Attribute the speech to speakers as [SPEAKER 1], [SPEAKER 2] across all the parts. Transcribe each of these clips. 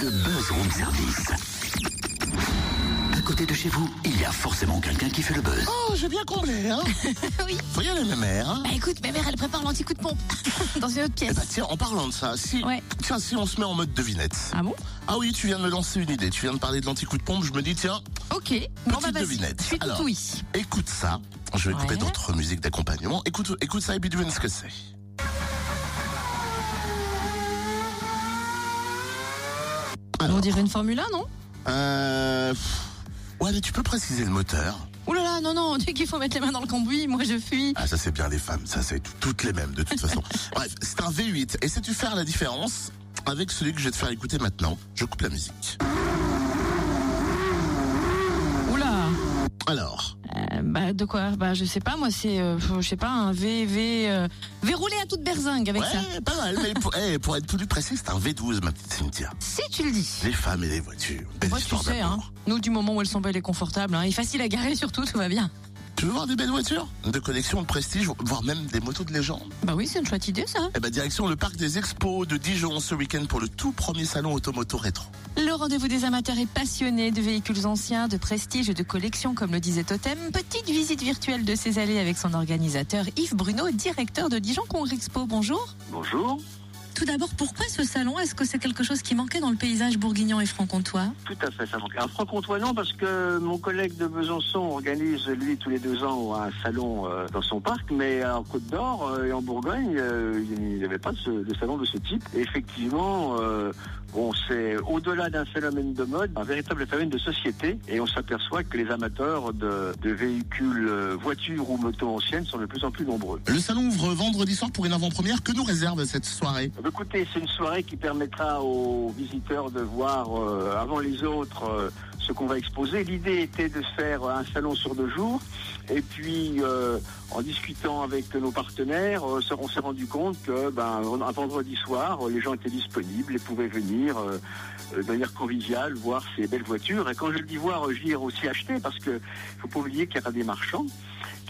[SPEAKER 1] Buzz Room Service. À côté de chez vous, il y a forcément quelqu'un qui fait le buzz.
[SPEAKER 2] Oh, j'ai bien comblé, hein
[SPEAKER 3] Oui.
[SPEAKER 2] Faut y aller, ma mère, hein
[SPEAKER 3] Bah écoute, ma mère, elle prépare l'anti-coup de pompe dans une autre
[SPEAKER 2] Eh
[SPEAKER 3] pièce.
[SPEAKER 2] bah tiens, en parlant de ça, si,
[SPEAKER 3] Ouais.
[SPEAKER 2] tiens, si on se met en mode devinette.
[SPEAKER 3] Ah bon
[SPEAKER 2] Ah oui, tu viens de me lancer une idée, tu viens de parler de l'anti-coup de pompe, je me dis, tiens,
[SPEAKER 3] Ok. Bon, bah, vas-y.
[SPEAKER 2] devinette.
[SPEAKER 3] Je suis tout
[SPEAKER 2] Alors.
[SPEAKER 3] oui.
[SPEAKER 2] écoute ça. Je vais couper
[SPEAKER 3] Ouais.
[SPEAKER 2] d'autres musiques d'accompagnement. Écoute, écoute ça et puis devine ce que c'est. Alors.
[SPEAKER 3] On dirait une Formule 1, non
[SPEAKER 2] Euh... pff, Ouais, mais tu peux préciser le moteur.
[SPEAKER 3] Ouh là là, non, non, on dit qu'il faut mettre les mains dans le cambouis, moi je fuis.
[SPEAKER 2] Ah, ça c'est bien les femmes, ça c'est tout- toutes les mêmes de toute façon. Bref, c'est un V8. Et sais-tu faire la différence avec celui que je vais te faire écouter maintenant Je coupe la musique.
[SPEAKER 3] Ouh là
[SPEAKER 2] Alors,
[SPEAKER 3] Euh, Bah de quoi Bah je sais pas, moi c'est, euh, je sais pas, un V, V, euh, V roulé à toute berzingue avec
[SPEAKER 2] ouais,
[SPEAKER 3] ça.
[SPEAKER 2] pas mal, mais pour, eh, pour être tout plus précis, c'est un V12, ma petite Cynthia.
[SPEAKER 3] Si tu le dis.
[SPEAKER 2] Les femmes et les voitures. Belle
[SPEAKER 3] Moi tu
[SPEAKER 2] histoire
[SPEAKER 3] sais, hein.
[SPEAKER 2] d'amour.
[SPEAKER 3] Nous, du moment où elle s'en va, elle est confortable. Hein. Et facile à garer surtout, tout va bien.
[SPEAKER 2] Tu veux voir des belles voitures De collection, de prestige, voire même des motos de légende
[SPEAKER 3] Bah oui, c'est une chouette idée ça.
[SPEAKER 2] Eh ben, direction le parc des expos de Dijon ce week-end pour le tout premier salon automoto rétro.
[SPEAKER 3] Le rendez-vous des amateurs et passionnés de véhicules anciens, de prestige et de collection, comme le disait Totem. Petite visite virtuelle de ces allées avec son organisateur Yves Bruno, directeur de Dijon Congrexpo. Bonjour.
[SPEAKER 4] Bonjour.
[SPEAKER 3] Tout d'abord, pourquoi ce salon Est-ce que c'est quelque chose qui manquait dans le paysage bourguignon et franc-comtois
[SPEAKER 4] Tout à fait, ça manque. Un franc-comtois, non, parce que mon collègue de Besançon organise, lui, tous les deux ans, un salon euh, dans son parc, mais en Côte d'Or euh, et en Bourgogne, euh, il n'y avait pas de, ce- de salon de ce type. Et effectivement, euh, bon, c'est au-delà d'un phénomène de mode, un véritable phénomène de société, et on s'aperçoit que les amateurs de, de véhicules, euh, voitures ou motos anciennes sont de plus en plus nombreux.
[SPEAKER 2] Le salon ouvre vendredi soir pour une avant-première. Que nous réserve cette soirée
[SPEAKER 4] Eh bien, Écoutez, c'est une soirée qui permettra aux visiteurs de voir euh, avant les autres euh, ce qu'on va exposer. L'idée était de faire un salon sur deux jours. Et puis, euh, en discutant avec nos partenaires, euh, on s'est rendu compte que, ben, un vendredi soir, euh, les gens étaient disponibles et pouvaient venir euh, euh, de manière conviviale voir ces belles voitures. Et quand je dis voir, euh, je veux dire aussi acheter, parce que faut pas oublier qu'il y a des marchands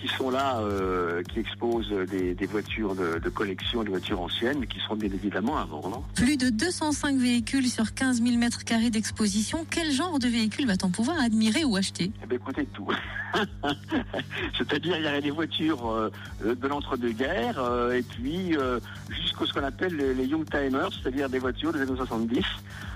[SPEAKER 4] qui sont là, euh, qui exposent des, des voitures de, de collection, des voitures anciennes, mais qui seront bien évidemment à vendre.
[SPEAKER 3] Plus de 205 véhicules sur 15 000 mètres carrés d'exposition. Quel genre de véhicule va-t-on pouvoir admirer ou acheter
[SPEAKER 4] Eh bien, écoutez tout. C'est-à-dire, il y a des voitures euh, de l'entre-deux-guerres, euh, et puis euh, jusqu'au ce qu'on appelle les, les Young Timers, c'est-à-dire des voitures des années 70,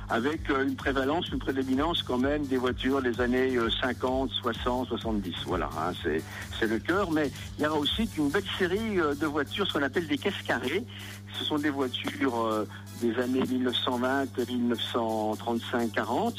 [SPEAKER 4] avec euh, une prévalence, une prédominance quand même des voitures des années euh, 50, 60, 70. Voilà, hein, c'est c'est le cœur, mais il y aura aussi une belle série euh, de voitures, ce qu'on appelle des caisses carrées. Ce sont des voitures euh, des années 1920, 1935, 40,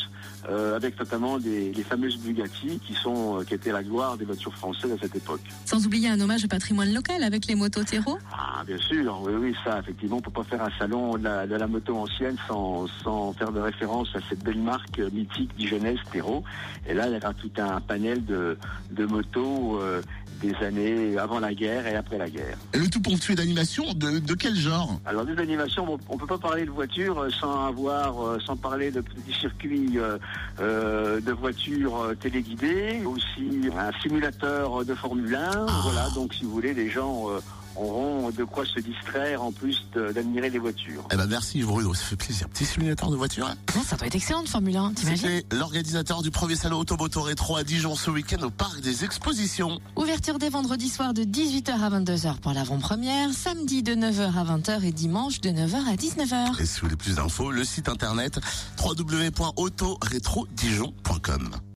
[SPEAKER 4] euh, avec notamment des, les fameuses Bugatti qui sont euh, qui étaient la gloire des voitures françaises à cette époque.
[SPEAKER 3] Sans oublier un hommage au patrimoine local avec les motos terreaux.
[SPEAKER 4] Ah bien sûr, oui oui ça effectivement on peut pas faire un salon de la, de la moto ancienne sans, sans faire de référence à cette belle marque euh, mythique dijonnaise Terreau. Et là il y aura tout un panel de, de motos euh, des années avant la guerre et après la guerre.
[SPEAKER 2] Le tout ponctué d'animation de, de quel genre
[SPEAKER 4] Alors des animations, bon, on peut pas parler de voiture euh, sans avoir, euh, sans parler de petits circuits euh, euh, de voitures euh, téléguidées, aussi un simulateur de Formule 1. Voilà, donc si vous voulez, les gens euh, auront de quoi se distraire en plus de- d'admirer les voitures.
[SPEAKER 2] Eh ben merci Yves Bruno, ça fait plaisir. Petit simulateur de voiture. hein
[SPEAKER 3] Ah, ça doit être excellent de Formule 1, t'imagines
[SPEAKER 2] C'était l'organisateur du premier salon Automoto Rétro à Dijon ce week-end au parc des expositions.
[SPEAKER 3] Ouverture dès vendredi soir de 18h à 22h pour l'avant-première, samedi de 9h à 20h et dimanche de 9h à 19h.
[SPEAKER 2] Et si vous voulez plus d'infos, le site internet www.autorétrodijon.com.